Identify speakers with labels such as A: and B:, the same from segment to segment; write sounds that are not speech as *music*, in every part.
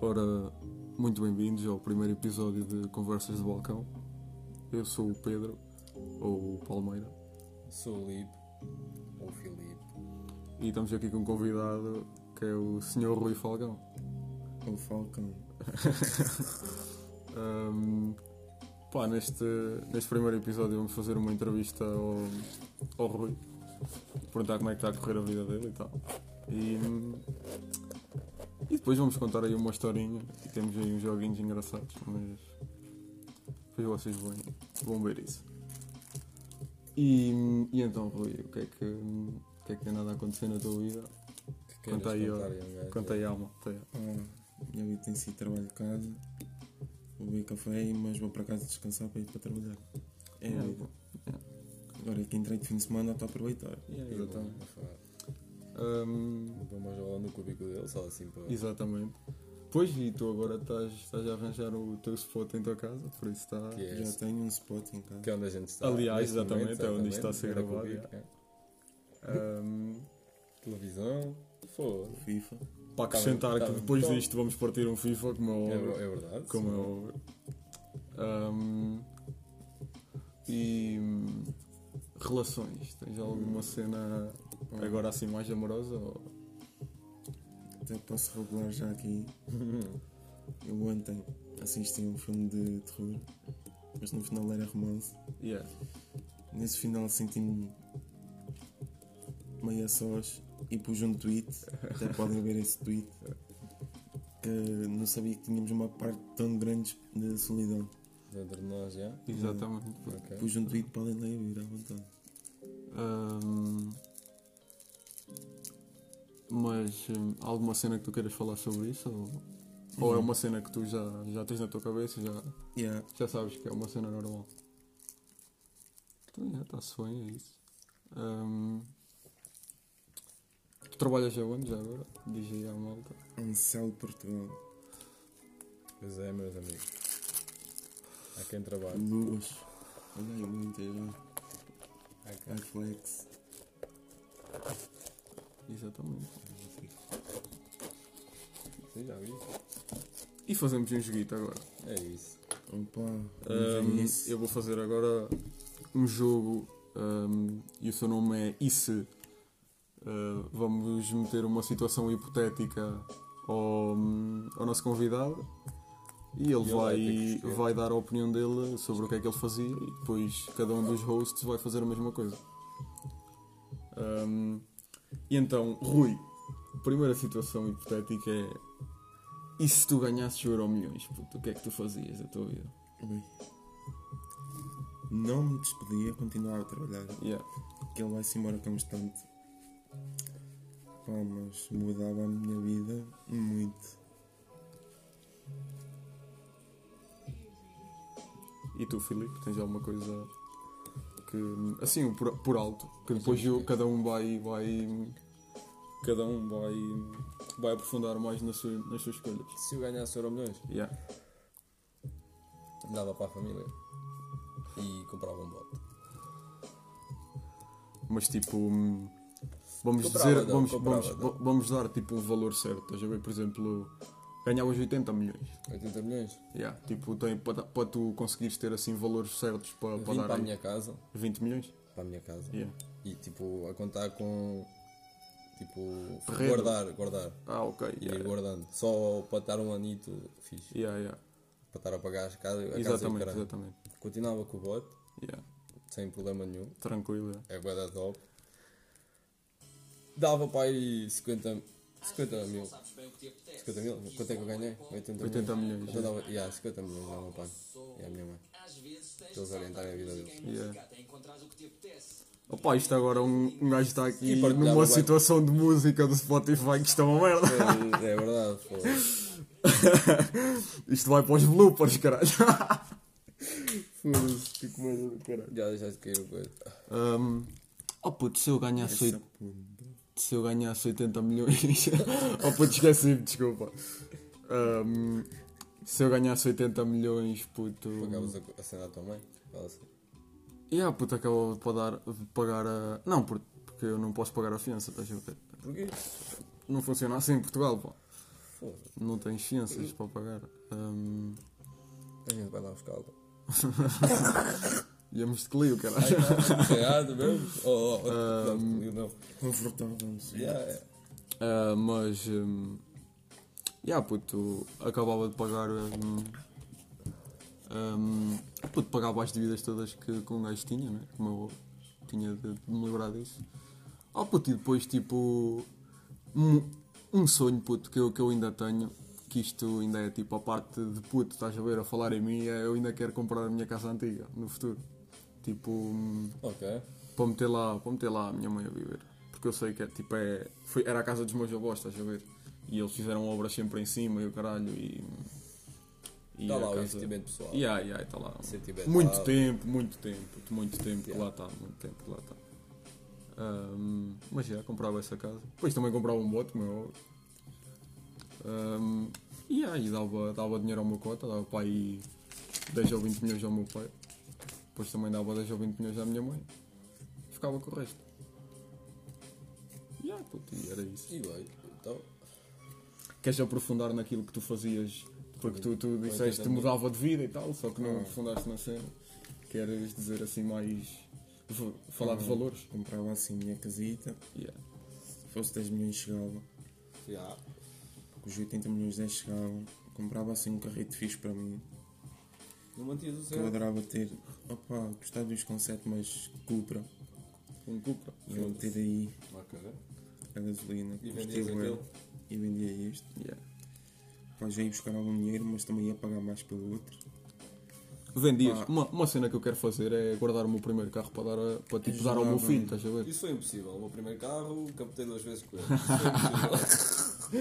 A: Ora, muito bem-vindos ao primeiro episódio de Conversas de Balcão. Eu sou o Pedro, ou o Palmeira,
B: Sou o Lipe, ou Filipe,
A: e estamos aqui com um convidado que é o Sr. Rui Falcão.
B: ou Falcão.
A: *laughs* Ahm, pá, neste, neste primeiro episódio vamos fazer uma entrevista ao, ao Rui, perguntar como é que está a correr a vida dele e tal. E, hum, e depois vamos contar aí uma historinha e temos aí uns joguinhos engraçados, mas depois vocês vão, vão ver isso. E, hum, e então, Rui, o que é que, hum, o que é que anda a acontecer na tua vida?
B: Que queiras
A: Conta aí, ó.
B: contar
C: É
B: um gajo.
A: Conta aí, alma. conta aí.
C: Ah, minha vida tem sido trabalho de casa, vou beber café, mas vou para casa descansar para ir para trabalhar. É a
A: Yeah,
C: vida.
A: é.
C: Agora é que entrei de fim de semana, estou a aproveitar.
A: Yeah,
B: Eu "Então, vou-
A: exatamente.
B: vou falar-
A: então? Hum,
B: Vou mais lá no cubículo dele, só assim para.
A: Exatamente. Pois, e tu agora estás, estás a arranjar o teu spot em tua casa, por isso tá, está.
B: Que é,
C: Já tenho um spot em casa.
B: que é onde a gente está.
A: Aliás,
B: neste momento,
A: exatamente, é onde isto está a ser
B: era
A: gravado,
B: cubículo, é.
A: Ahm,
B: Televisão, foda.
C: FIFA.
A: para
B: Tá bem,
A: acrescentar
B: tá
A: que
B: bem.
A: depois
B: Então-
A: disto vamos partir um FIFA, como é
B: É,
A: óbvio.
B: é verdade.
A: como é
B: sim.
A: óbvio. Ahm, e. hum, Relações. Tens alguma cena
B: Hum.
A: agora assim mais amorosa? ou-
C: Até posso regular já aqui. Eu ontem assisti a um filme de terror, mas no final era romance.
A: Yeah.
C: Nesse final senti-me meio a sós e pus um tweet,
A: *laughs*
C: até podem ver esse tweet, que não sabia que tínhamos uma parte tão grande de solidão.
B: *laughs* Dentro de nós, já.
A: Exatamente.
B: Ok.
C: Pus um tweet, podem ler e vir à vontade.
A: Ahm, mas hum, há alguma cena que tu queiras falar sobre isso? Ou, ou é uma cena que tu já, já tens na tua cabeça e já,
C: Yeah.
A: já sabes que é uma cena normal? Então, já está-se bem, é isso. Ahm, tu trabalhas aonde já agora? Diz aí à malta.
C: Ancel Portugal.
B: Pois é, meus amigos. Há quem trabalha.
C: Luas. Olha aí, muitas já.
B: Há quem-
C: iFlex.
A: Exatamente.
B: Sim, já vi.
A: E fazemos um joguito agora.
B: É isso.
C: Opa.
A: Ahm,
C: Um, isso.
A: eu vou fazer agora um jogo ahm, e o seu nome é E se Ah, vamos meter uma situação hipotética ao, ao nosso convidado e ele
B: ele vai ter
A: vai,
B: que escolher.
A: vai dar a opinião dele sobre o que é que ele fazia e depois cada um dos hosts vai fazer a mesma coisa. Ahm, e então, Rui, a primeira situação hipotética é e se tu ganhasses o Euro Milhões, puto, o que é que tu fazias da tua vida?
C: Bem. Não me despedia, continuava a trabalhar.
A: Yeah.
C: que ele vai-se embora constante. Pá, mas mudava a minha vida muito.
A: E tu, Filipe, tens alguma coisa que. assim, por, por alto, que depois eu- cada um vai. vai cada um vai, vai aprofundar mais na sua- nas suas escolhas.
B: Se eu ganhasse euro milhões,
A: Yeah.
B: dava para a família e comprava um bote.
A: Mas tipo. hum, Vamos
B: Comprava,
A: dizer.
B: não,
A: vamos,
B: comprava,
A: vamos,
B: não.
A: va- vamos dar tipo um valor certo. Estás a ver, por exemplo, ganhavas 80 milhões.
B: 80 milhões.
A: Yeah. Tipo, tem, para, para tu conseguires ter assim valores certos para,
B: Vim
A: para dar
B: para a
A: aí
B: minha casa.
A: 20 milhões.
B: Para a minha casa.
A: Yeah.
B: E tipo, a contar com. Tipo,
A: Terreno.
B: guardar, guardar.
A: Ah, ok.
B: E ir
A: Yeah.
B: guardando. Só para estar um anito fixe.
A: Yeah, yeah.
B: Para estar a pagar as casas, a casa e o
A: Exatamente,
B: caralho.
A: exatamente.
B: Continuava com o bote,
A: Yeah.
B: sem problema nenhum.
A: Tranquilo. yeah.
B: É bué da top. Dava para aí 50, 50 mil. 50 mil? Quanto é que eu ganhei? 80,
A: 80 milhões,
B: Então dava, yeah, 50 milhões dava para é a minha mãe. Para eles orientarem a vida
A: *laughs*
B: deles.
A: Yeah. Opa, isto agora um, um gajo está aqui
B: E partilhava
A: numa
B: bem.
A: situação de música do Spotify que isto é uma merda.
B: É, é verdade, foda-se.
A: Isto vai para os bloopers, caralho.
C: Foda-se, que coisa do caralho.
B: Já deixaste cair o coisa.
A: Um, oh puto, se eu ganhasse,
C: Essa
A: oit-
C: puta.
A: se eu ganhasse 80 milhões. *laughs* oh puto, esqueci-me, desculpa. Um, se eu ganhasse 80 milhões, puto.
B: Pagavas a, a cena à tua mãe? Fala assim.
A: Yeah, puto, acabava ah, de pagar, de pagar a. Não, por- porque eu não posso pagar a fiança, estás a ver?
B: Porquê?
A: Não funciona assim em Portugal, pá.
B: Foda-se.
A: Não tens ciências para pagar. Ahm,
B: A gente vai lá buscar algo.
A: íamos de Clio, caralho.
B: Ai, não, Cheiado mesmo? Oh, oh, oh,
A: Ah,
B: não, não.
C: Confortável, não sei.
B: Yeah, é.
A: Ah, mas. Um, yeah, puto, acabava de pagar. hum, hum, puto, pagava as dívidas todas que, que um gajo tinha, né? Como eu tinha de, de me lembrar disso. Ah, puto, e depois, tipo. Um, um sonho, puto, que eu, que eu ainda tenho. Que isto ainda é tipo a parte de puto, estás a ver, a falar em mim, é, eu ainda quero comprar a minha casa antiga no futuro. Tipo. hum,
B: Ok. Tá
A: para meter lá, para meter lá a minha mãe a viver. Porque eu sei que é, tipo, é, foi- era a casa dos meus avós, estás a ver? E eles fizeram obras sempre em cima e o caralho e. e
B: Está
A: a
B: Tá lá o
A: casa-
B: investimento pessoal.
A: Yeah, yeah, está tá lá.
B: Sentimento.
A: Muito
B: Ah,
A: tempo, muito tempo, muito tempo que
B: Yeah.
A: lá está, muito tempo que lá está. Ahm, mas já, comprava essa casa. Depois também comprava um bote, meu. Um, e aí dava, dava dinheiro ao meu cota, dava para aí 10 ou 20 milhões ao meu pai. Depois também dava 10 ou 20 milhões à minha mãe. Ficava com o resto. Yeah, puto, e era isso.
B: E bem, então.
A: Queres aprofundar naquilo que tu fazias? Porque tu, tu
B: Pois,
A: disseste que
B: exatamente.
A: mudava de vida e tal, só que não
C: Ah.
A: aprofundaste na cena. Queres dizer assim mais. v- falar de
C: Ah.
A: valores?
C: Comprava assim a minha casita,
A: Yeah.
C: se fosse 10 milhões chegava,
B: Já.
C: com os 80 milhões 10 chegavam, comprava assim um carrete fixe para mim,
B: Não mantias o
C: que eu
B: seu.
C: adorava ter, opa, gostava dos conceitos, mas Cupra,
A: Um Cupra.
C: e eu ter aí
B: Ok.
C: a gasolina,
B: E
C: custia
B: vendias
C: bué,
B: aquele.
C: e vendia este,
A: Yeah.
C: depois já ia buscar algum dinheiro, mas também ia pagar mais pelo outro,
A: Vendias.
C: Pá.
A: Uma, uma cena que eu quero fazer é guardar o meu primeiro carro para dar, a- para, tipo, dar ao meu
C: Ajudava.
A: filho, estás a ver?
B: Isso foi impossível. O meu primeiro carro, captei duas vezes com ele. Isso foi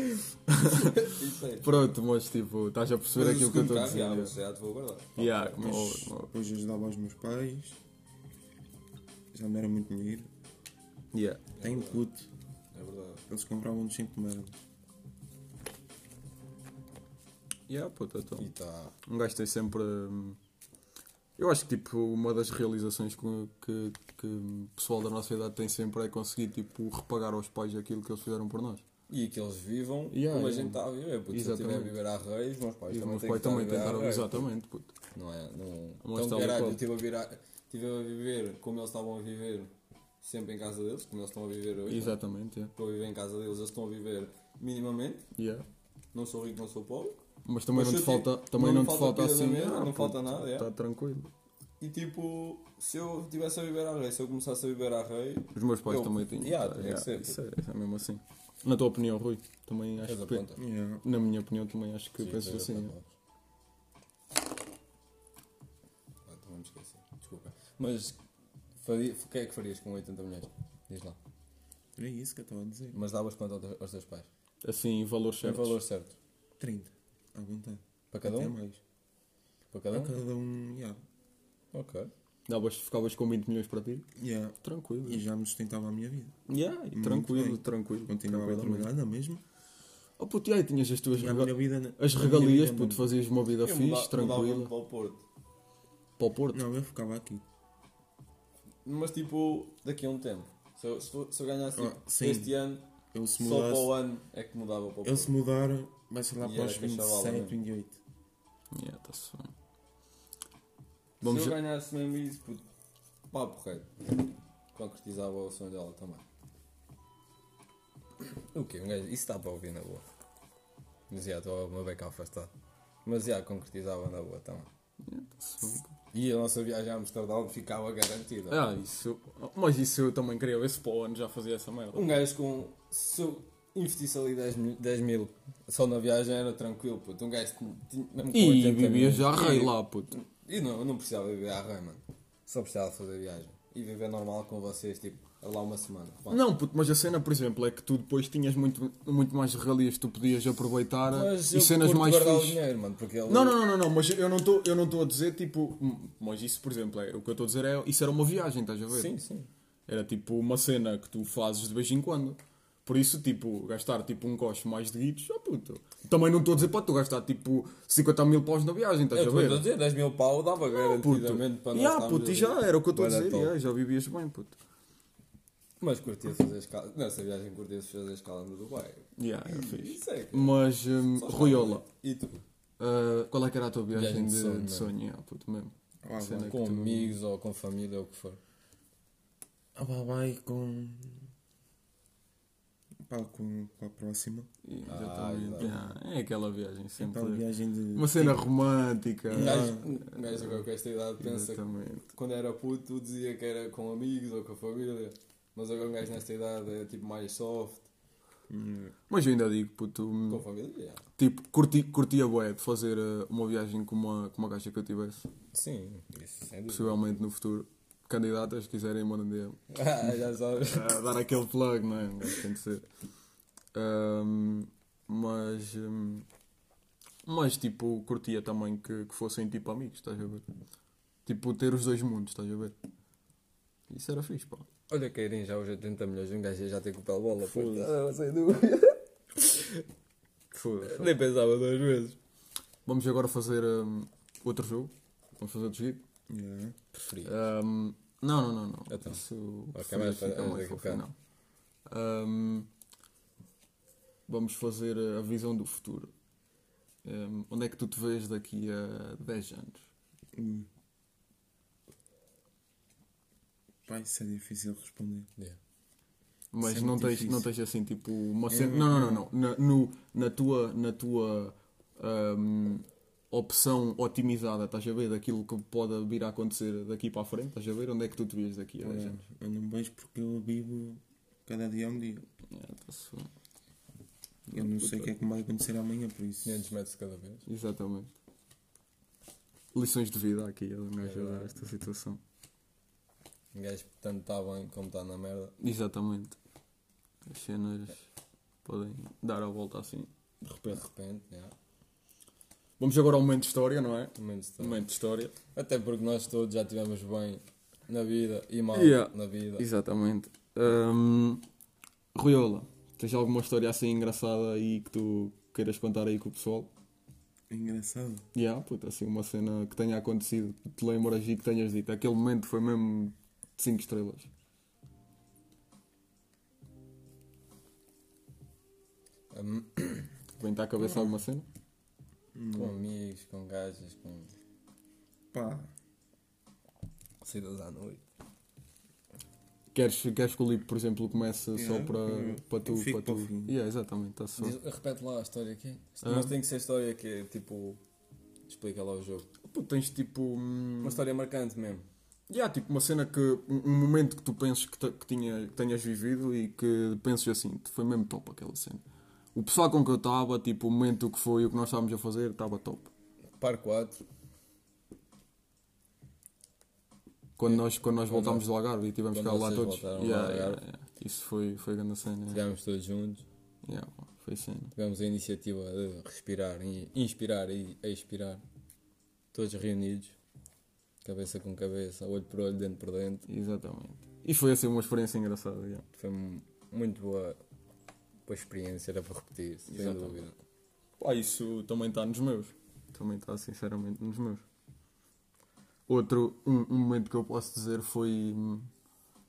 A: *laughs*
B: impossível. Isso aí.
A: Pronto, mas tipo, estás a perceber
B: Mas o
A: aquilo que eu
B: segundo
A: estou a
B: carro,
A: dizer.
B: já,
A: yeah.
B: mas já te vou guardar.
A: Yeah,
C: mas
A: uma- uma-
C: depois ajudava os meus pais, já não era muito dinheiro,
A: yeah.
C: tem um puto,
B: É verdade.
C: eles compravam-nos sempre merda.
A: Yeah, puta, então.
B: E tá.
A: Um gajo tem sempre. hum, Eu acho que tipo, uma das realizações que, que, que o pessoal da nossa idade tem sempre é conseguir tipo, repagar aos pais aquilo que eles fizeram por nós.
B: E que eles vivam
A: Yeah, yeah.
B: como a gente está a viver. Porque se eu estiver a
A: Exatamente.
B: viver à raiz, os meus
A: E
B: pais
A: os
B: também
A: meus
B: têm que
A: pais também
B: estar é? a viver à
A: tentaram.
B: raiz.
A: Exatamente, puto.
B: Não é? Não.
A: Mas
B: Então,
A: tal e
B: caralho, eu
A: qual.
B: estive a, virar- estive a viver como eles estavam a viver sempre em casa deles, como eles estão a viver hoje. não é?
A: Exatamente, yeah.
B: Estou a viver em casa deles, eles estão a viver minimamente.
A: Yeah.
B: Não sou rico, não sou pobre.
A: Mas também não
B: Mas eu
A: te falta,
B: tipo,
A: também
B: não
A: não
B: me
A: te
B: falta
A: falta
B: comida
A: assim.
B: na mesa, não falta nada, yeah.
A: Está tranquilo.
B: E tipo, se eu estivesse a viver à rei, se eu começasse a viver à rei,
A: Os meus pais
B: Eu-
A: também tinham.
B: Yeah,
A: tá,
B: tinha que ser,
A: isso, é, isso é mesmo assim. Na tua opinião, Rui, também acho
B: és a
A: que.
B: ponta.
C: Yeah.
A: Na minha opinião, também acho que
B: Sim,
A: pensas
B: és a
A: assim.
B: ponta.
A: yeah.
B: Ah, também me esqueci, desculpa. Mas faria- o que é que farias com 80 milhões? Diz lá.
C: Era isso que eu estava a dizer.
B: Mas davas quanto ao te- aos teus pais?
A: Assim, valores
B: Tem
A: certos.
B: valor certo.
C: 30. À vontade.
B: Para cada
C: Até
B: um?
C: mais.
B: Para cada
C: Para
B: um?
C: cada um, yeah.
B: Ok.
A: Davas, ficavas com 20 milhões para ti?
C: Yeah.
A: Tranquilo.
C: E já me sustentava a minha vida.
A: Yeah, e
C: Muito
A: tranquilo,
C: bem.
A: tranquilo.
C: Continuava a
A: tranquilamente.
C: trabalhar na mesma.
A: Oh puto, e aí tinhas as tuas
C: E a
A: rega-
C: minha vida...
A: as
C: a minha
A: regalias,
C: vida
A: puto,
C: não-
A: fazias uma vida
B: Eu
A: fixe,
B: muda- mudava-me
A: tranquila.
B: para o Porto.
A: Para o Porto.
C: Não, eu ficava aqui.
B: Mas tipo, daqui a um tempo. Se eu, se eu- se eu ganhasse
C: Ah,
B: tipo,
C: sim.
B: este ano,
C: Eu se
B: só para o
C: mudasse...
B: ano é que mudava para o
C: Eu se
B: Porto.
C: mudar, vai ser lá
B: E
C: para
B: era
C: os
B: Cachaval,
C: 27,
B: mesmo.
C: 28.
A: Yeah, tá tá-se bem.
B: Se
A: Vamos
B: eu
A: já.
B: ganhasse mesmo isso, puto, papo reto. Concretizava o sonho dela também. O quê? Um gajo- Isso está para ouvir na boa. Mas já, estou a uma beca afastada. Mas já, concretizava na boa também.
A: Yeah, tá-se bem.
B: E a nossa viagem a Amsterdão ficava garantida.
A: Ah, isso. Mas isso eu também queria ver se para o ano já fazia essa merda.
B: Um gajo com. Se eu investisse ali 10 mil, 10 mil só na viagem era tranquilo, puto. Um gajo que tinha. mesmo com
A: E
C: é
B: 80
A: vivias
B: milhões-
A: já rei
B: E-
A: lá, puto.
B: E não, eu não precisava viver à rei, mano. Só precisava fazer a viagem. E viver normal com vocês, tipo, lá uma semana. Pá.
A: Não, puto, mas a cena, por exemplo, é que tu depois tinhas muito, muito mais regalias que tu podias aproveitar
B: Mas
A: e
B: eu
A: cenas
B: curto
A: mais
B: guardar o
A: fixes.
B: dinheiro, mano, porque ele...
A: Não, não, não, não, não, mas eu não estou eu não tô a dizer tipo. hum, Mas isso, por exemplo, é, o que eu estou a dizer é. Isso era uma viagem, estás a ver?
B: Sim, sim.
A: Era tipo uma cena que tu fazes de vez em quando. Por isso, tipo, gastar tipo um coche mais de guitos, ah puto. Também não estou a dizer para tu gastar tipo 50 mil paus na viagem, estás
B: É Eu
A: a
B: estou a
A: ver?
B: dizer, 10 mil pau dava
A: Ah, puto.
B: garantidamente para nós
A: Yeah,
B: estarmos
A: puto, e
B: ali.
A: já era o que eu estou a
B: Bué da
A: dizer,
B: top.
A: yeah, já vivias bem, puto.
B: Mas curtia fazer a escala. Nessa viagem curtia fazer a escala no Dubai.
A: Yeah, eu fiz.
B: Isso é que.
A: Mas, hum,
B: Só
A: Ruiola,
B: escala. E tu?
A: ah, qual é que era a tua viagem,
B: Viagem de
A: de,
B: sonho,
A: de
B: não é?
A: sonho? Yeah, puto, mesmo.
C: Ah,
A: Cena
C: vai.
A: que
B: Com
A: tu-
B: amigos ou com família ou o que for.
C: Ah, vai, vai com. Pá, com, com a próxima.
A: E,
B: Ah,
A: exatamente.
B: exato. assim.
A: Yeah, é aquela viagem sempre.
C: Então, viagem de.
A: Uma cena romântica.
B: Um gajo- Um gajo agora com esta idade pensa que
A: Exatamente.
B: quando era puto dizia que era com amigos ou com a família. Mas agora um gajo nesta idade é tipo mais soft.
C: Hum,
A: Mas eu ainda digo, puto, hum,
B: Com família, yeah.
A: tipo, curti, curti a bué de fazer ah, uma viagem com uma, com uma gaja que eu tivesse,
B: Sim, isso sem dúvida.
A: possivelmente no futuro. Candidatas, se quiserem, mandem DM.
B: *laughs* Ah, já sabes.
A: Ah, *laughs* dar aquele plug, não é? Mas Tem de ser. Ahm, mas, hum, mas, tipo, curtia também que, que fossem tipo amigos, estás a ver? Tipo, ter os dois mundos, estás a ver? Isso era fixe, pá.
B: Olha, Queirinho, já os 80 milhões, um gajo já tem com o pé bola.
A: Foda-se.
B: Ah, sem dúvida.
A: *laughs* Foda-se.
B: Nem pensava duas vezes.
A: Vamos agora fazer hum, outro jogo. Vamos fazer outro jogo.
C: yeah.
B: Preferia.
A: Ahm, não, não, não, não.
B: Então.
A: Isso
B: Ok,
A: fica-
B: mas para-
A: fica mais
B: daqui
A: para
B: a
A: o final. Ahm, vamos fazer a visão do futuro. Ahm, onde é que tu te vês daqui a 10 anos?
C: Hum. Pá, isso é difícil de responder.
B: Yeah.
A: Mas
C: Isso é
A: não
C: muito
A: tens,
C: difícil.
A: não tens assim tipo uma
C: Eu-
A: cena. Não, não, não, não. Na, no- na tua, na tua ahm, opção otimizada, estás a ver? Daquilo que pode vir a acontecer daqui para a frente, estás a ver? Onde é que tu te vês daqui a 10
C: Olha,
A: anos?
C: eu não vejo porque eu vivo cada dia é um dia.
A: É, tá-se bem.
C: Eu não sei o que é que me vai acontecer amanhã, por isso.
B: 500 metros cada vez.
A: Exatamente. Lições de vida aqui a me
B: É
A: ajudar
B: verdade.
A: a esta situação.
B: Um gajo tanto está bem como está na merda.
A: Exatamente. As cenas podem dar a volta assim.
B: De repente. De repente, yeah.
A: Vamos agora ao momento de história, não é?
B: Também está.
A: Momento de história.
B: tá. Até porque nós todos já tivemos bem na vida e mal
A: Yeah.
B: na vida.
A: Exatamente. Hum, Ruiola, tens alguma história assim engraçada aí que tu queiras contar aí com o pessoal?
C: É engraçado.
A: E há, puta, assim, uma cena que tenha acontecido, que te lembras e que tenhas dito. Aquele momento foi mesmo 5 estrelas.
B: Am-
A: Vem-te à cabeça alguma cena?
B: Com amigos, com gajas, com
C: Pá,
B: saídas à noite.
A: Queres, queres que o livro, por exemplo, comece só
C: Yeah,
A: para,
C: eu-
A: para tu.
C: eu fico
A: Para tu.
C: para o fim.
A: Yeah, exatamente, está só.
B: Diz- repete lá a história aqui.
A: Ah.
B: Mas tem que ser história que é tipo. Explica lá o jogo.
A: Pô, tens tipo. Hum,
B: Uma história marcante mesmo.
A: yeah, tipo uma cena que. Um um momento que tu penses que, te- que, tinha, que tenhas vivido e que penses assim, foi mesmo top aquela cena. O pessoal com que eu estava, tipo, o momento que foi, o que nós estávamos a fazer, estava top.
B: Par 4.
A: Quando nós, quando nós
B: Quando
A: voltámos do Algarve e tivemos
B: quando
A: cá lá
B: vocês
A: todos.
B: voltaram ao
A: Yeah,
B: Algarve.
A: yeah, yeah. Isso foi, foi grande cena. yeah.
B: Estivemos todos juntos.
A: Yeah, pá, foi cena.
B: Tivemos a iniciativa de respirar, e inspirar e expirar. Todos reunidos. Cabeça com cabeça, olho por olho, dente por dente.
A: Exatamente. E foi assim uma experiência engraçada. yeah.
B: Foi mu- muito boa, boa experiência, era para repetir, sem
A: Exatamente.
B: dúvida.
A: Pá, isso também está nos meus. Também está, sinceramente, nos meus. Outro um, um momento que eu posso dizer foi hum,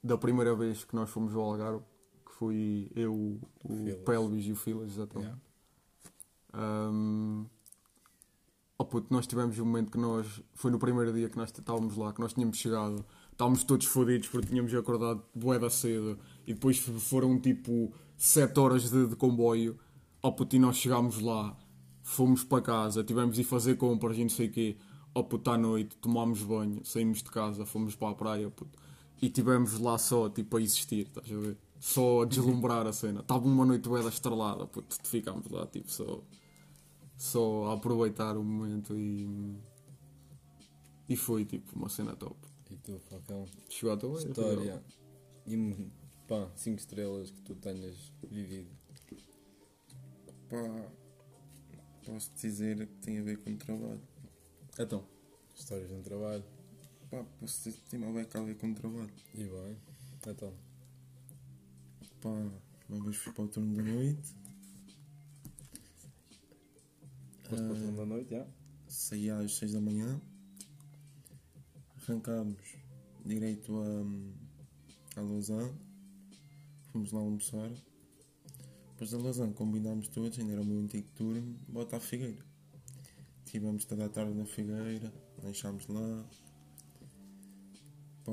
A: da primeira vez que nós fomos ao Algarve, que fui eu, o
B: Filas.
A: Pelvis e o Filas, exatamente. Hum, oh puto, nós tivemos um momento que nós. Foi no primeiro dia que nós estávamos lá, que nós tínhamos chegado, estávamos todos fodidos porque tínhamos acordado bué da cedo e depois f- foram tipo 7 horas de, de comboio. Oh puto, e nós chegámos lá, fomos para casa, tivemos de ir fazer compras e não sei o quê. Oh puto, à noite tomámos banho, saímos de casa, fomos para a praia, oh, puto, e tivemos lá só tipo a existir, estás a ver? Só a deslumbrar a cena. Estava uma noite bué da estrelada, puto, ficámos lá tipo só só a aproveitar o momento e. E foi tipo uma cena top.
B: E tu, Falcão,
A: Chegou à tua vez,
B: história e mo- pá, 5 estrelas que tu tenhas vivido.
C: pá, posso dizer que tem a ver com o trabalho.
A: Miguel? Então,
B: Histórias no trabalho.
C: Pá, posso dizer que tem uma beca a ver com o trabalho.
B: E bem, então,
C: Pá, uma vez fui para o turno da noite,
A: Ah.
B: depois para o turno da noite, já?
C: saí às 6 da manhã, arrancámos direito a, hum, a Lausanne, fomos lá almoçar. Depois da lasanha combinámos todos, ainda era o meu antigo turno, bota à Figueira. Estivemos toda a tarde na Figueira, deixámos lá. Pá,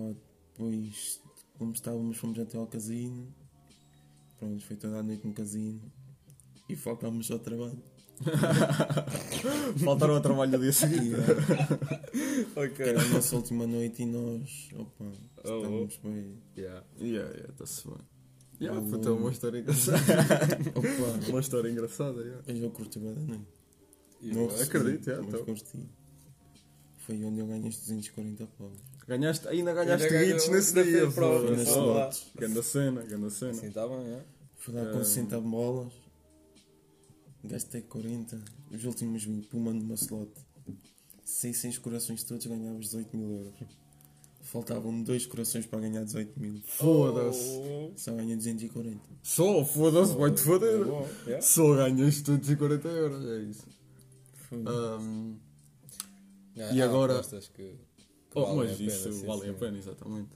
C: depois, como estávamos, fomos até ao casino. Pronto, foi toda a noite no casino. E focámos ao trabalho.
A: Faltaram ao trabalho do dia
C: *laughs* E,
A: seguinte.
C: ah,
B: Ok.
C: Era a nossa última noite e nós, opa,
B: Oh, oh.
C: estamos bem.
B: Yeah.
A: Yeah, yeah, tá está-se bem. Yeah,
C: Uhum.
A: puta, uma história *laughs* engraçada.
C: Opa,
A: uma história engraçada, yeah.
C: mas eu curti bem da noite.
B: Yeah.
A: Nossa. acredito, é,
C: mas
A: então.
C: curti. Foi onde eu ganhei os 240 paus.
A: Ganhaste, ainda ganhaste
B: ganhou-
A: bits nesse
B: ainda
A: dia,
B: foi prova,
A: pô.
C: Foi nas
B: só lá.
C: lotes.
A: Ganda cena, ganda cena.
B: Assim tá bom, yeah.
C: Fui lá
A: Ah.
C: com 60 bolas. Gastei 40. Os últimos 20 puma numa slot. 600 corações todos ganhava 18 mil euros. Faltavam-me dois corações para ganhar 18 mil.
A: Foda-se.
B: Oh.
C: Só ganhei 240.
A: Só, foda-se, vai-te
B: É
A: foder.
B: bom, yeah.
A: Só ganhas 240 euros, é isso. Um,
C: Foi.
A: Ahm,
B: Yeah,
A: E
B: há
A: agora-
B: apostas que- que
A: oh,
B: valem a
A: mas
B: pena,
A: isso
B: sim,
A: vale a
B: sim.
A: pena, exatamente.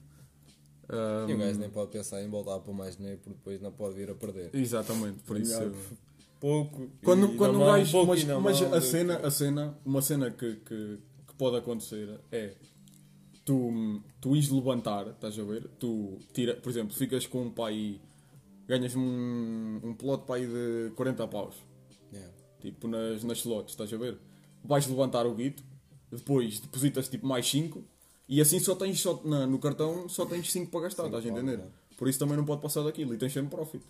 A: Um, Ahm,
B: E o gajo nem pode pensar em voltar para mais dinheiro porque depois não pode vir a perder.
A: Exatamente, por isso.
B: Melhor Tá Pouco.
A: Quando,
B: e
A: quando
B: na
A: um
B: mão,
A: gajo.
B: pouco
A: mas
B: e na
A: mas
B: mão,
A: a,
B: de-
A: cena, a cena, uma cena que, que, que pode acontecer é tu, tu ires levantar, estás a ver? Tu tira, por exemplo, ficas com um pai ganhas um, um plot pai de 40 paus,
B: Yeah.
A: tipo nas, nas slots, estás a ver? Vais levantar o guito, depois depositas tipo mais 5 e assim só tens só, na- no cartão só tens 5 para gastar,
B: Cinco
A: estás a
B: paus,
A: entender?
B: né?
A: Por isso também não pode passar daquilo e tens sempre profit.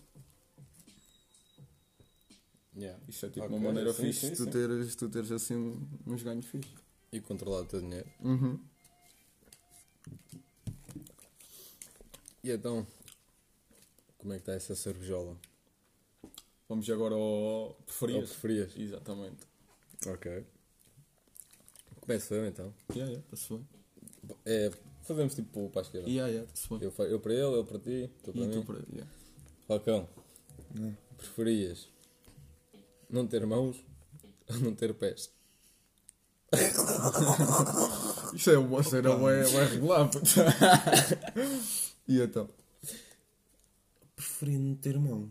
B: Yeah.
A: Isso é tipo
B: Ok,
A: uma maneira
B: sim,
A: fixe
B: sim,
A: de tu
B: sim.
A: teres, tu teres assim um- uns ganhos fixes.
B: E controlar o teu dinheiro.
A: Uhum.
B: E então, como é que está essa cervejola?
A: Vamos agora ao
B: Ou
A: preferias.
B: preferias?
A: Exatamente.
B: Ok. Começo eu então.
A: Yeah, yeah, está-se bem.
B: É, fazemos tipo para a esquerda.
A: Yeah, yeah, está-se bem.
B: Eu, fa- eu para ele, ele para ti, tu para
A: E tu
B: mim.
A: para. Yeah.
B: Falcão, Hum.
C: Não.
B: preferias não ter mãos ou não ter pés?
A: Isso é uma cena bem, bem regular. puto. *laughs* e então?
C: Preferi não ter mãos.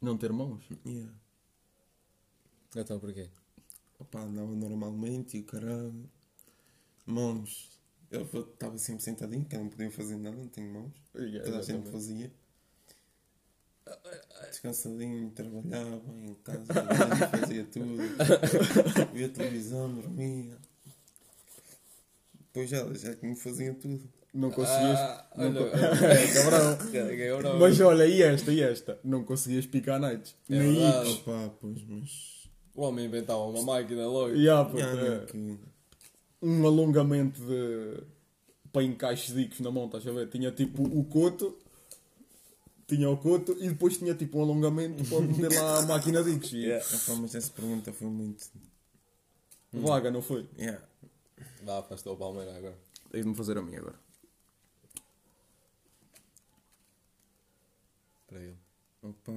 A: Não ter mãos?
C: Yeah.
B: Então porquê?
C: Opa, andava normalmente e o caralho. Mãos. Eu estava sempre sentadinho, que eu não podia fazer nada, não tenho mãos.
A: Yeah,
C: Toda a gente
A: é, exatamente.
C: fazia. Descansadinho, trabalhava em
A: *laughs*
C: casa, dormia, fazia tudo. Via televisão, dormia. Depois elas já que me faziam tudo.
A: Não conseguias.
B: Ah,
A: não
B: *laughs* olha,
A: co-
B: é, cabrão. É, cabrão.
A: Mas olha, e esta, e esta? Não conseguias picar nights.
B: É
A: Nem
B: verdade.
A: hits.
C: Opa, pois, mas.
B: O homem inventava uma máquina é logo.
A: Yeah, puto,
C: Já,
A: é.
C: não, que-
A: um alongamento de para encaixes dicos na mão, estás a ver? Tinha tipo o coto, tinha o coto e depois tinha tipo um alongamento para meter lá a máquina dicos. E
B: Yeah.
C: Opa, mas essa pergunta foi muito.
A: Vaga, não foi?
C: Yeah.
B: Vá, faz o Palmeira agora.
A: Tens de me fazer a minha agora.
B: Para ele.
C: Opa.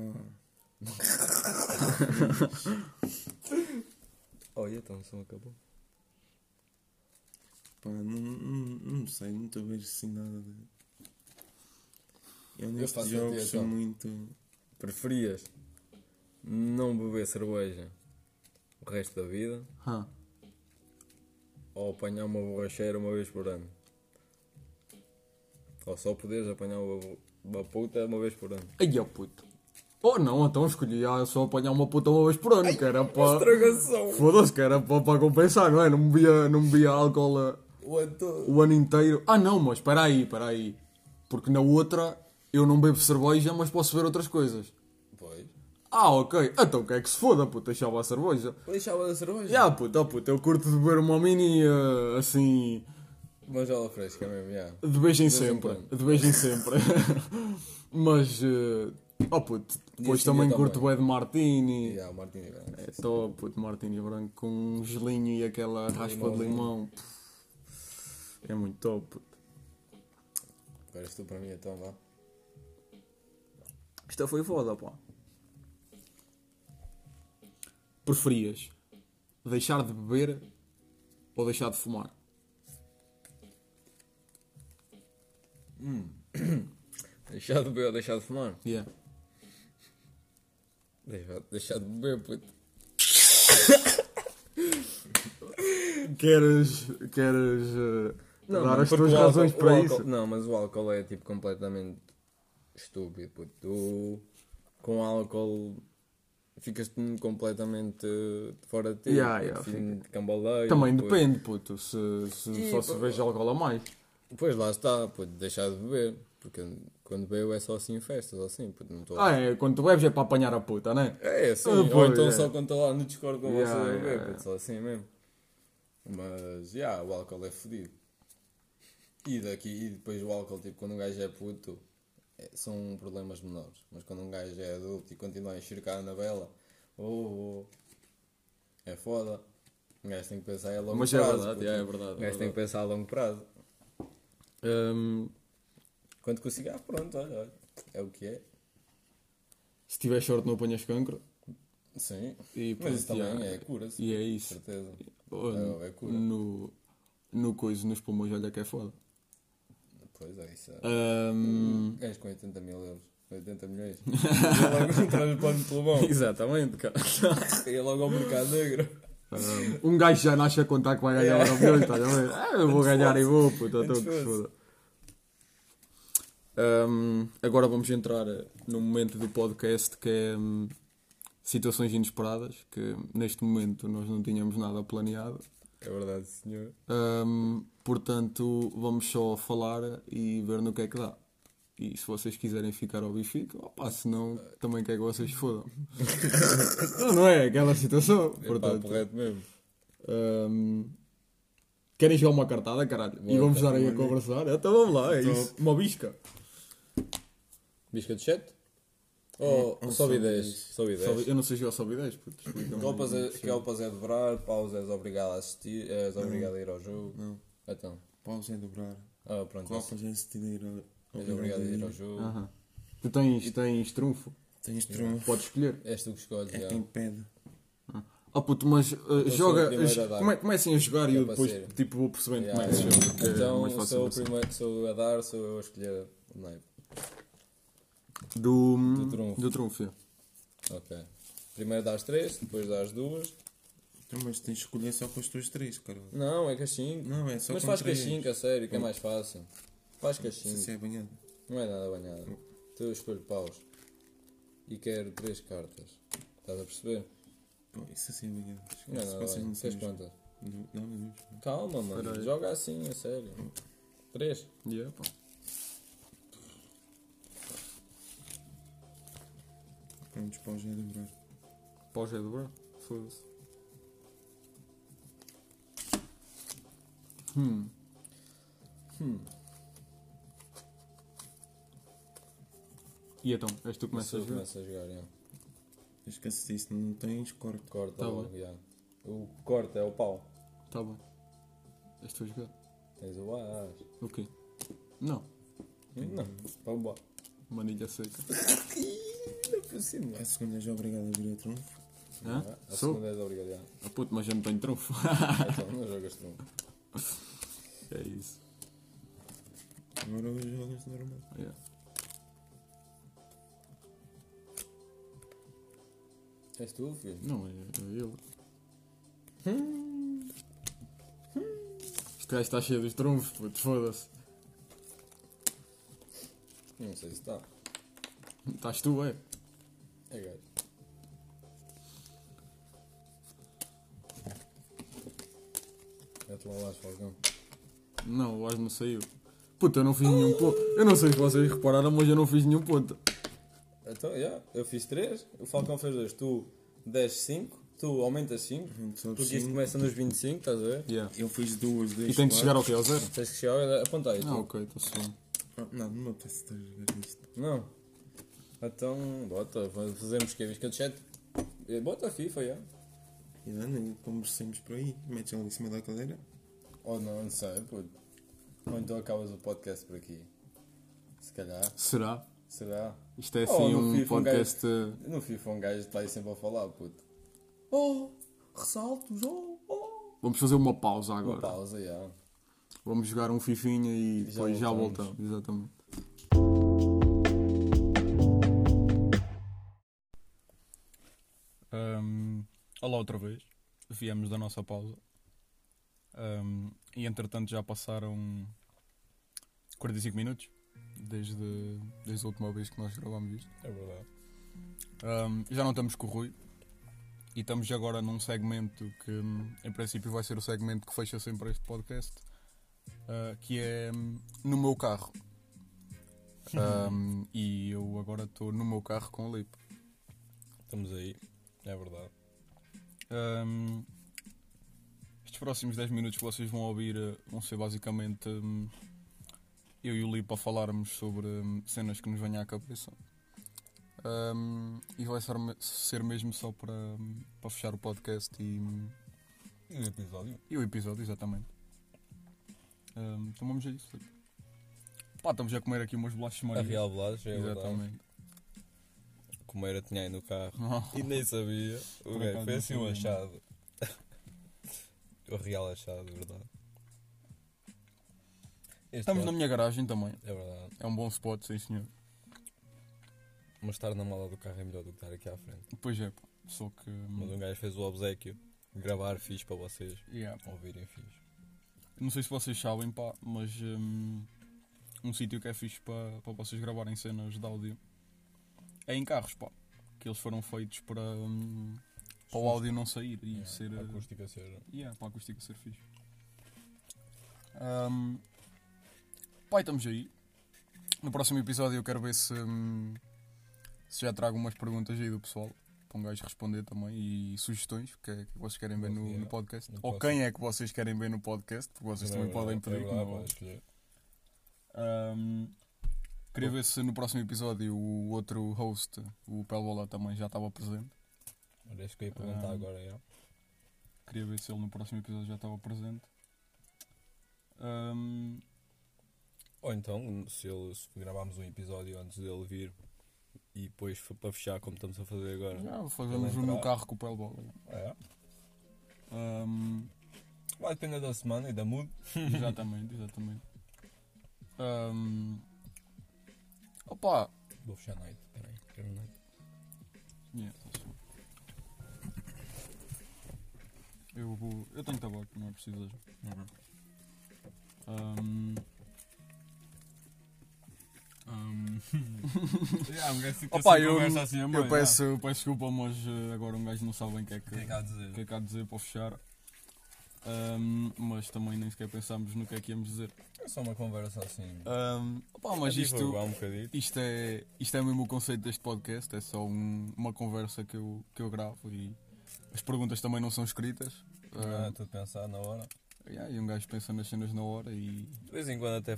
B: Olha, então o som acabou.
C: Pá, não, não, não sei, não estou a ver assim nada de. Eu nestes
B: faço
C: jogos
B: ideia,
C: sou
B: então.
C: muito.
B: Preferias não beber cerveja o resto da vida ou apanhar uma borracheira uma vez por ano? Ou só poderes apanhar uma, bo- uma puta uma vez por ano?
A: Ai, ó puto. Oh não, então escolhi ah, só apanhar uma puta uma vez por ano, que era para.
B: Estragação!
A: Foda-se, que era para, para compensar, não é? Não bebia, não bebia álcool ah. a-
B: O Antônio.
A: o ano inteiro. Ah não, mas espera aí, espera aí. Porque na outra eu não bebo cerveja, mas posso beber outras coisas.
B: Pois.
A: Ah, ok. Então que é que se foda, puto, deixava a cerveja.
B: Deixava da cerveja.
A: Já, puto, oh, puto, eu curto de beber uma mini eh, assim.
B: Mas ela fresca mesmo, já.
A: De vez em
B: De vez em
A: sempre.
B: quando.
A: De vez em sempre. *laughs* Mas. eh, oh, puto, depois
B: esse dia
A: também
B: também.
A: curto bem de Martini.
B: Já, o Martini Branco.
A: É top, puto, Martini branco com um gelinho e aquela raspa de limão. Pff, É muito top, puto.
B: Agora és tu para mim, então vá.
A: Isto é foi foda, pá. Preferias deixar de beber ou deixar de fumar?
B: Deixar Deixar de beber ou deixar de fumar?
A: Yeah.
B: Deixar, deixar de beber, puto.
A: Queres. Queres. eh, dar as
B: porque
A: tuas
B: o álcool-
A: razões
B: o
A: para
B: álcool-
A: isso?
B: Não, mas o álcool é tipo completamente estúpido, puto. Tu com álcool ficas completamente fora de ti.
A: Yeah,
B: puto.
A: yeah,
B: Fico de cambaldeio.
A: Também
B: puto.
A: depende, puto. Se, se
B: E,
A: só se
B: pô,
A: veja álcool a mais.
B: Pois lá está, puto, deixar de beber. Porque quando bebo é só assim em festas, ou assim, puto, não estou
A: Ah, é, quando tu bebes é para apanhar a puta, né?
B: É, assim,
A: Ah,
B: ou
A: pois,
B: então
A: é.
B: só quando estou lá no Discord com
A: Yeah,
B: vocês a
A: yeah,
B: beber,
A: yeah.
B: puto, só assim mesmo. Mas, já, o álcool é fodido. E daqui, e depois o álcool, tipo, quando um gajo é puto, é- são problemas menores. Mas quando um gajo é adulto e continua a enxergar na vela, oh, oh, é foda. Um gajo tem que pensar a longo
A: Mas é
B: prazo.
A: verdade,
B: puto.
A: é, é verdade, é
B: Um gajo tem
A: verdade.
B: que pensar a longo prazo.
A: Hum,
B: Quanto que o cigarro, pronto, olha, olha, é o que é.
A: se tiver sorte não apanhas cancro.
B: Sim.
A: E, pronto,
B: Mas isso também
A: yeah.
B: é cura-se.
A: E é
B: com
A: isso.
B: certeza.
A: Oh,
B: É, é cura.
A: no, no coiso, nos pulmões, olha que é foda.
B: Pois é, isso é.
A: Hum,
B: Ganhas com 80 mil euros. 80 milhões. Ia logo um transplante *laughs* pulmão.
A: Exatamente, cara.
B: Ia logo ao mercado negro.
A: Um, um gajo já nasce a contar que vai ganhar o milhões, estás a ver? Ah, eu vou ganhar e vou, puta, estou que se
B: fosse.
A: foda. Hum, agora vamos entrar eh, no momento do podcast que é hum, situações inesperadas, que neste momento nós não tínhamos nada planeado.
B: É verdade, senhor.
A: Hum, portanto, vamos só falar e ver no que é que dá. E se vocês quiserem ficar ao bicho, ficam. Opa, se não, também quer que vocês se fodam. *laughs* não, não é aquela situação.
B: É pá,
A: portanto,
B: porreto mesmo.
A: Hum, querem jogar uma cartada, caralho? e
B: Bora,
A: vamos dar
B: cara,
A: aí a
B: bora.
A: conversar? Então vamos lá, é isso. Uma bisca.
B: Bisca de chat? Ou só
C: Ou só
B: vi
C: vi
B: 10?
C: dez?
B: Só vi
A: Só-
B: 10.
A: eu não sei jogar só B10, puto. explica-me.
B: Copas é, que Copas é dobrar, pausa és obrigado a assistir, és obrigado a ir ao jogo.
C: Não.
B: Então.
C: Pausa é dobrar.
B: Ah, pronto.
C: Copas é se tiver é
B: És obrigado a ir ao jogo.
A: Aham. Tu tens, tens trunfo,
C: Tens trunfo.
A: podes escolher.
B: És tu que escolhes,
C: É
B: já.
C: quem pede.
A: Ah puto, mas uh,
B: sou o
A: joga.
B: primeiro
A: jo-
B: a dar.
A: come- comecem a jogar e
B: Que é
A: eu
B: para
A: depois
B: ser.
A: tipo, vou percebendo
B: Yeah,
A: como é que se
B: yeah.
A: joga. É mais
B: Então,
A: fácil
B: sou, o
A: assim.
B: primeiro, sou eu a dar, sou eu a escolher o naipe.
A: do,
B: do trunfo.
A: do trunfo. yeah.
B: Ok. Primeiro dás 3, depois dás 2.
C: Então, mas tens de escolher só com as tuas três, caralho.
B: Não, é que as 5.
C: Não, é só
B: Mas
C: com
B: faz
C: três.
B: cachinho, a sério, que é mais fácil. Faz
C: Não sei se
B: cachinho,
C: é banhado.
B: não é nada banhada. Tu escolho paus e quero três cartas. Estás a perceber?
C: Pô, isso assim é banhado.
B: Não é
C: Esquece,
B: nada
C: vocês não
B: banhada. Tens
C: sabem.
B: quantas?
C: Não, não, não.
B: Calma, mano.
A: Espera aí.
B: Joga assim, a sério.
C: Hum.
B: Três.
A: Yeah, pá.
C: Prontos, pausa é dobrar.
A: Pós é dobrar. Foda-se. Hum. E então, és tu que começas a
B: Começa,
A: jogar?
B: começa a jogar, já.
C: Esquece disso, não tens
B: *laughs*
C: corte.
B: Corta
A: Tá
B: logo, já. O corte é o pau.
A: Tá bom. És tu a jogar?
B: Tens o as.
A: O quê? Não.
C: Hum,
B: Não, pau
A: Manilha seca.
B: Não é possível.
C: A segunda já é obrigado a vir a trunfo.
A: Hã?
B: A
A: Sou?
B: segunda é da obrigada. já.
A: Ah, puto, mas eu não tenho trunfo.
B: *laughs*
A: *laughs*
B: Então, não jogas tu.
A: é isso.
C: Agora hoje jogas normal.
A: Yeah.
B: És tu, filho?
A: Não, é, é ele.
B: Hum.
A: Este gajo está cheio dos trunfos, puto, foda-se.
B: Não sei se tá. está.
A: Estás tu, é?
B: É gajo. Mete lá lá, Falcão.
A: Não, o Ars não saiu. Puta, eu não fiz nenhum ponto. Eu não sei se vocês repararam, mas eu não fiz nenhum ponto.
B: Então, yeah, eu fiz 3, o Falcão fez 2. Tu desces 5, tu aumentas 5,
C: Pronto, sobe
B: porque isto
C: cinco.
B: começa nos 25, estás a ver?
A: Yeah.
C: Eu fiz duas,
A: E
C: dez.
A: tem de
C: quatro.
A: chegar ao quê? Ao zero?
B: Tens que chegar, aponta aí. tu.
A: Ah, ok, estou suando.
C: Ah, Não, não me apetece estar a jogar isto.
B: Não. Então, bota, faz- fazemos que a visca de chat. Eh, Bota a FIFA, já.
C: E lá nem conversemos por aí. Metes ali em cima da cadeira.
B: Ou não, não sei, puto. Ou então acabas o podcast por aqui. Se calhar,
A: Será?
B: será?
A: Isto é
B: Oh,
A: assim
B: no
A: um
B: FIFA, um gajo-
A: podcast. eh,
B: No FIFA um gajo está aí sempre a falar, puto. Oh, ressaltos, oh, oh.
A: Vamos fazer uma pausa
B: Uma
A: agora.
B: pausa, já.
A: Vamos jogar um fifinha e
B: Já
A: depois já
B: voltamos.
A: voltamos. Exatamente. outra vez. Viemos da nossa pausa. Ahm, e entretanto já passaram 45 minutos desde, desde a última vez que nós gravámos isto.
B: É verdade.
A: Ahm, já não estamos com o Rui. E estamos agora num segmento que, hum, em princípio, vai ser o segmento que fecha sempre este podcast. ah, que é hum, no meu carro. Ahm, e eu agora estou no meu carro com o Lipe.
B: Estamos aí. É verdade.
A: Hum, estes próximos 10 minutos que vocês vão ouvir eh, vão ser basicamente hum, eu e o Lipa a falarmos sobre hum, cenas que nos venham à cabeça. Hum, e vai ser, me- ser mesmo só para, hum, para fechar o podcast e, hum,
B: E o Um episódio?
A: e o episódio, exatamente. Hum, então vamos a isso, Lipa. Pá, estamos a comer aqui umas bolachas
B: A
A: marinhas.
B: Real Blas, é verdade.
A: *laughs* exatamente.
B: Como era, tinha aí no carro. *laughs* E nem sabia. O
A: Por
B: gajo
A: acaso
B: foi
A: não
B: assim um
A: sabia,
B: achado. *laughs* o real achado, é verdade. Este
A: Estamos
B: é-
A: na minha garagem também.
B: É verdade.
A: É um bom spot, sim senhor.
B: Mas estar na mala do carro é melhor do que estar aqui à frente.
A: Pois é, pá. Só que. hum,
B: Mas um gajo fez o obsequio. Gravar fixe para vocês
A: yeah, pá.
B: ouvirem fixe.
A: Não sei se vocês sabem, pá, mas hum, um, sítio que é fixe para, para vocês gravarem cenas de áudio é em carros, pá. Que eles foram feitos para, hum, para o áudio não sair e
B: Yeah, é
A: ser.
B: a
A: uh,
B: acústica ser.
A: Yeah, para a acústica ser fixe. Ahm, pá, e estamos aí. No próximo episódio eu quero ver se, hum, se já trago umas perguntas aí do pessoal para um gajo responder também e sugestões que, é que vocês querem ver no, no podcast.
B: No
A: Ou quem é que vocês querem ver no podcast, porque vocês também
B: é
A: podem pedir.
B: verdade, É verdade,
A: não é?
B: pode escolher.
A: Ahm, queria ver se no próximo episódio o outro host, o Pelbola, também já estava presente.
B: Olha, acho que eu ia perguntar
A: Ah.
B: agora. Yeah.
A: Queria ver se ele no próximo episódio já estava presente. Ahm,
B: Ou então, se, ele, se gravarmos um episódio antes dele vir e depois f- para fechar, como estamos a fazer agora.
A: já fazemos
B: Ele
A: o meu
B: entrar.
A: carro com o Pelbola.
B: É.
A: Ahm,
B: Vai depender da semana e da mood.
A: exatamente, exatamente. Ahm, opa!
B: Vou fechar night. Peraí, quero night.
A: Yeah, tá certo. eu vou. Eu tenho tabaco, não é preciso hoje. Ahm, um,
B: *laughs* yeah, um gajo fica
A: Opa,
B: assim,
A: eu-
B: conversa assim, a
A: eu
B: meio,
A: peço, eu peço desculpa, mas eh, agora um gajo não sabe bem o que é que,
B: yeah. O que é que há a dizer?
A: o que é que há a dizer para fechar. Ahm, mas também nem sequer pensámos no que é que íamos dizer.
B: É só uma conversa assim.
A: Ahm, opá, Ah, mas
B: A
A: isto,
B: divulgar um bocadinho.
A: isto, é, isto é mesmo o conceito deste podcast, é só um- uma conversa que eu, que eu gravo e as perguntas também não são escritas.
B: Ah,
A: Ahm,
B: Estou a pensar na hora.
A: Yeah, e um gajo pensa nas cenas na hora e.
B: De vez em quando até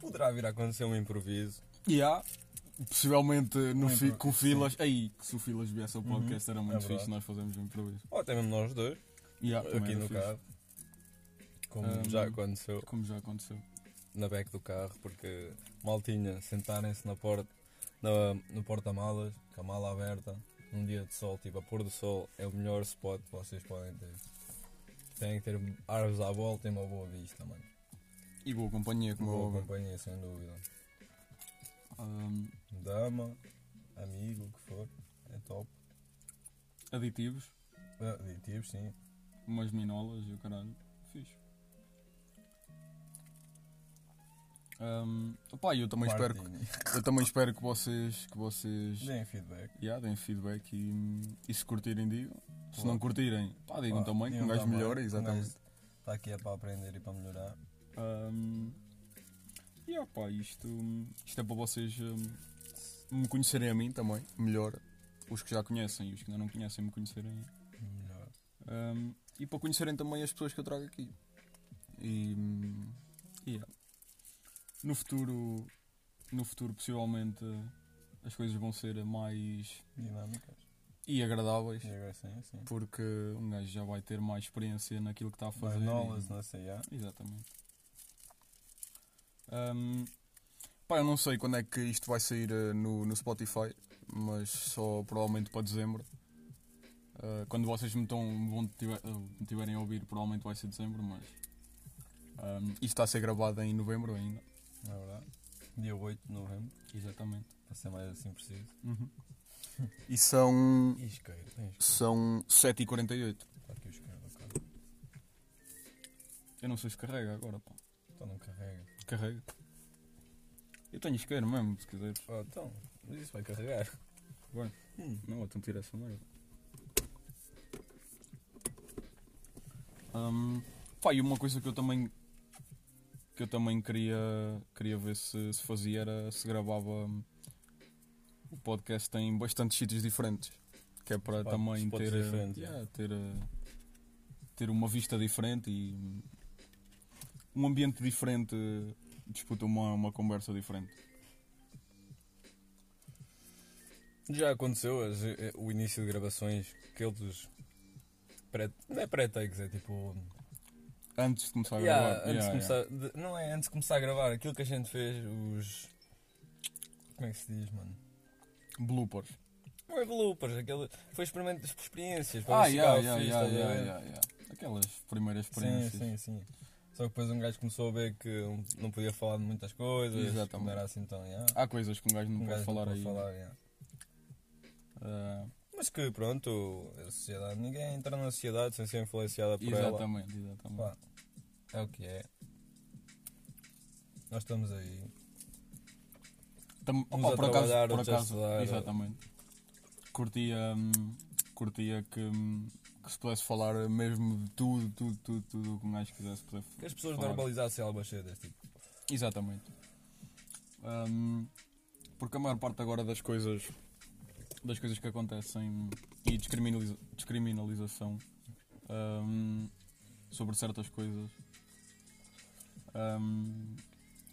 B: poderá vir a acontecer um improviso.
A: E há, possivelmente no
B: Um
A: fi,
B: impro-
A: com filas. Aí, que se o filas viesse ao
B: Uhum.
A: podcast era
B: É
A: muito
B: verdade.
A: fixe, nós fazemos um improviso.
B: Ou até mesmo nós dois,
A: E há, Ah, também
B: aqui
A: era
B: no
A: fixe, Ah.
B: carro. Como
A: Ahm.
B: já aconteceu
A: Como já aconteceu.
B: na back do carro, porque maltinha, sentarem-se na porta, na- no porta-malas, com a mala aberta, num dia de sol, tipo a pôr do sol, é o melhor spot que vocês podem ter. Tem que ter árvores à volta e uma boa vista, mano.
A: E boa companhia, como é
B: Boa
A: óbvio.
B: companhia, sem dúvida.
A: Ahm,
B: Dama, amigo, o que for, é top.
A: aditivos,
B: Ah, Aditivos, sim.
A: umas minolas e o caralho. Fixe. Ahm, opá, e eu também espero que, *laughs*
B: Martini.
A: eu também espero que vocês que vocês
B: Deem feedback.
A: yeah, deem feedback e, e se curtirem digam se
B: Claro.
A: não curtirem pá, digam também que um gajo melhora exatamente
B: Está aqui é para aprender e para melhorar.
A: Um, e opá, isto, isto é para vocês um, me conhecerem a mim também, melhor. Os que já conhecem e os que ainda não conhecem me conhecerem.
B: Melhor.
A: um, e para conhecerem também as pessoas que eu trago aqui. E. um, yeah. No futuro. No futuro, possivelmente, as coisas vão ser mais.
B: Dinâmicas.
A: e agradáveis.
B: E agora sim, sim.
A: Porque um gajo já vai ter mais experiência naquilo que está a fazer.
B: Fazer
A: e-
B: nolas, não sei, ah. já.
A: Exatamente. Ahm, pá, eu não sei quando é que isto vai sair eh, no, no Spotify, mas só provavelmente para dezembro. Ah, quando vocês me, tão, vão tiver- ah, me tiverem a ouvir, provavelmente vai ser dezembro, mas. ahm, isto está a ser gravado em novembro ainda.
B: Na verdade. É Dia 8 de novembro,
A: Exatamente. Uhum.
B: para ser mais assim preciso.
A: E são,
B: Ih, isqueiro, tem isqueiro.
A: são 7h48.
B: Claro que o isqueiro não carrega.
A: Eu não sei se carrega agora, pá.
B: Então não carrega.
A: Carrega. Eu tenho isqueiro mesmo, se quiseres.
B: Oh, então, mas isso vai carregar.
A: Não, então tira essa merda. Hum, pá, e uma coisa que eu também que eu também queria, queria ver se, se fazia era se gravava hum, o podcast em bastantes sítios diferentes. Que é para
B: Spot-
A: também
B: spots
A: ter,
B: diferentes,
A: yeah, ter, eh, ter uma vista diferente e hum, um ambiente diferente eh, disputa uma, uma conversa diferente.
B: Já aconteceu as- eh, o início de gravações que eles. pré- não é pré-takes, é tipo.
A: Antes de começar a
B: Yeah,
A: gravar.
B: antes de
A: Yeah, yeah.
B: começar, de- não é antes de começar a gravar, aquilo que a gente fez, os. Como é que se diz, mano?
A: Bloopers.
B: Não é bloopers, aquele, foi experimento das experiências. para
A: Ah,
B: ver se
A: yeah,
B: ficava
A: yeah,
B: fixe,
A: yeah,
B: estás a
A: yeah,
B: ver?
A: yeah, yeah. Aquelas primeiras experiências.
B: tá Sim, sim, sim. Só que depois um gajo começou a ver que um, não podia falar de muitas coisas,
A: Exatamente.
B: que não era assim tão. Yeah.
A: Há coisas que um gajo não
B: Um
A: pode
B: gajo não
A: falar
B: pode
A: aí. né?
B: falar, yeah.
A: Ah,
B: Mas que pronto, a sociedade, ninguém entra na sociedade sem ser influenciada por ela.
A: exatamente, exatamente.
B: Pá, é o que é. Nós estamos aí.
A: Tam-
B: Uns
A: opa,
B: a
A: por acaso,
B: trabalhar,
A: por
B: outros a
A: acaso,
B: estudar.
A: exatamente. Curtia, hum, curtia que, hum, que se pudesse falar mesmo de tudo, tudo, tudo, tudo o que um gajo quisesse poder
B: Que as pessoas
A: falar.
B: normalizassem Albacedas, tipo.
A: Exatamente. Hum, porque a maior parte agora das coisas das coisas que acontecem e descriminaliza- descriminalização hum, sobre certas coisas hum,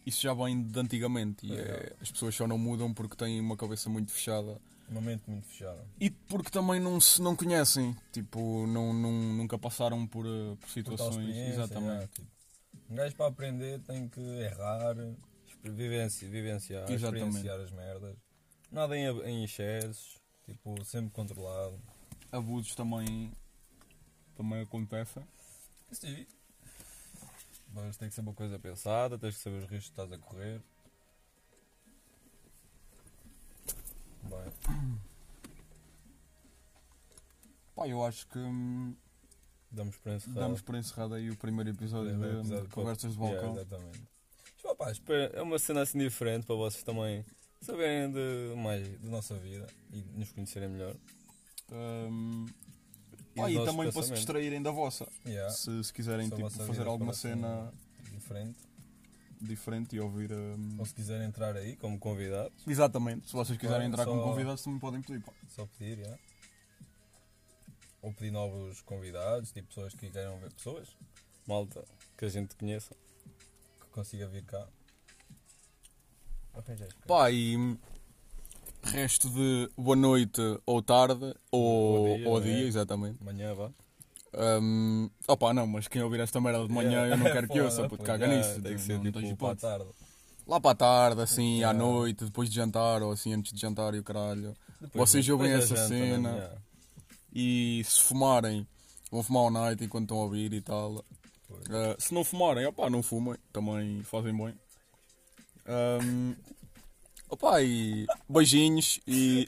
A: isso já vem de antigamente e é- as pessoas só não mudam porque têm uma cabeça muito fechada
B: Uma mente muito fechada.
A: e porque também não se não conhecem tipo não, não- nunca passaram por, eh, por
B: Por tal
A: situações
B: experiência,
A: exatamente
B: yeah, tipo, um gajo para aprender tem que errar, exper- vivenci- vivenciar,
A: Exatamente.
B: experienciar as merdas. Nada em, em excessos, tipo, sempre controlado.
A: abusos também também acontecem
B: Sim. Mas tem que ser uma coisa pensada, tens que saber os riscos que estás a correr. Bem,
A: Pá, eu acho que hum,
B: damos por encerrado.
A: damos por encerrado aí o primeiro episódio,
B: Primeiro
A: de,
B: episódio
A: de Conversas de Balcão.
B: Yeah, exatamente. Mas, pá, pá, espera- é uma cena assim diferente para vocês também saberem de mais da nossa vida e nos conhecerem melhor.
A: Hum,
B: E
A: pá,
B: os
A: e
B: nossos
A: também para se
B: pensamentos.
A: distraírem da vossa.
B: Yeah,
A: Se, se quiserem
B: Só a
A: tipo,
B: vossa
A: fazer
B: vida
A: alguma
B: parece um-
A: cena
B: diferente.
A: diferente e ouvir. hum,
B: Ou se quiserem entrar aí como convidados,
A: Exatamente. Se vocês quiserem
B: Claro,
A: entrar como
B: só-
A: convidados, também podem pedir. pá.
B: só pedir, yeah. Ou pedir novos convidados, tipo pessoas que queiram ver pessoas. Malta que a gente conheça, que consiga vir cá. Ok, já escutei.
A: Pá, e hum, resto de boa noite ou tarde ou,
B: Ou dia,
A: ou
B: não é?
A: dia, exatamente.
B: Amanhã vá.
A: Hum, opá, não, mas quem ouvir esta merda de manhã eu não quero
B: *laughs*
A: que ouça, puto, caga nisso.
B: Tem que
A: tipo,
B: ser
A: não tens
B: tipo para a
A: hipótese.
B: tarde.
A: Lá para a tarde, assim, à
B: Yeah.
A: noite, depois de jantar, ou assim, antes de jantar e o caralho.
B: Depois-
A: Vocês ouvem
B: depois
A: essa
B: da janta,
A: cena.
B: né?
A: *laughs*
B: Yeah.
A: E se fumarem, vão fumar all night enquanto estão a ouvir e tal.
B: Pois.
A: Ah, se não fumarem, opá, não fumem, também fazem bem. Ahm, opá, e beijinhos e,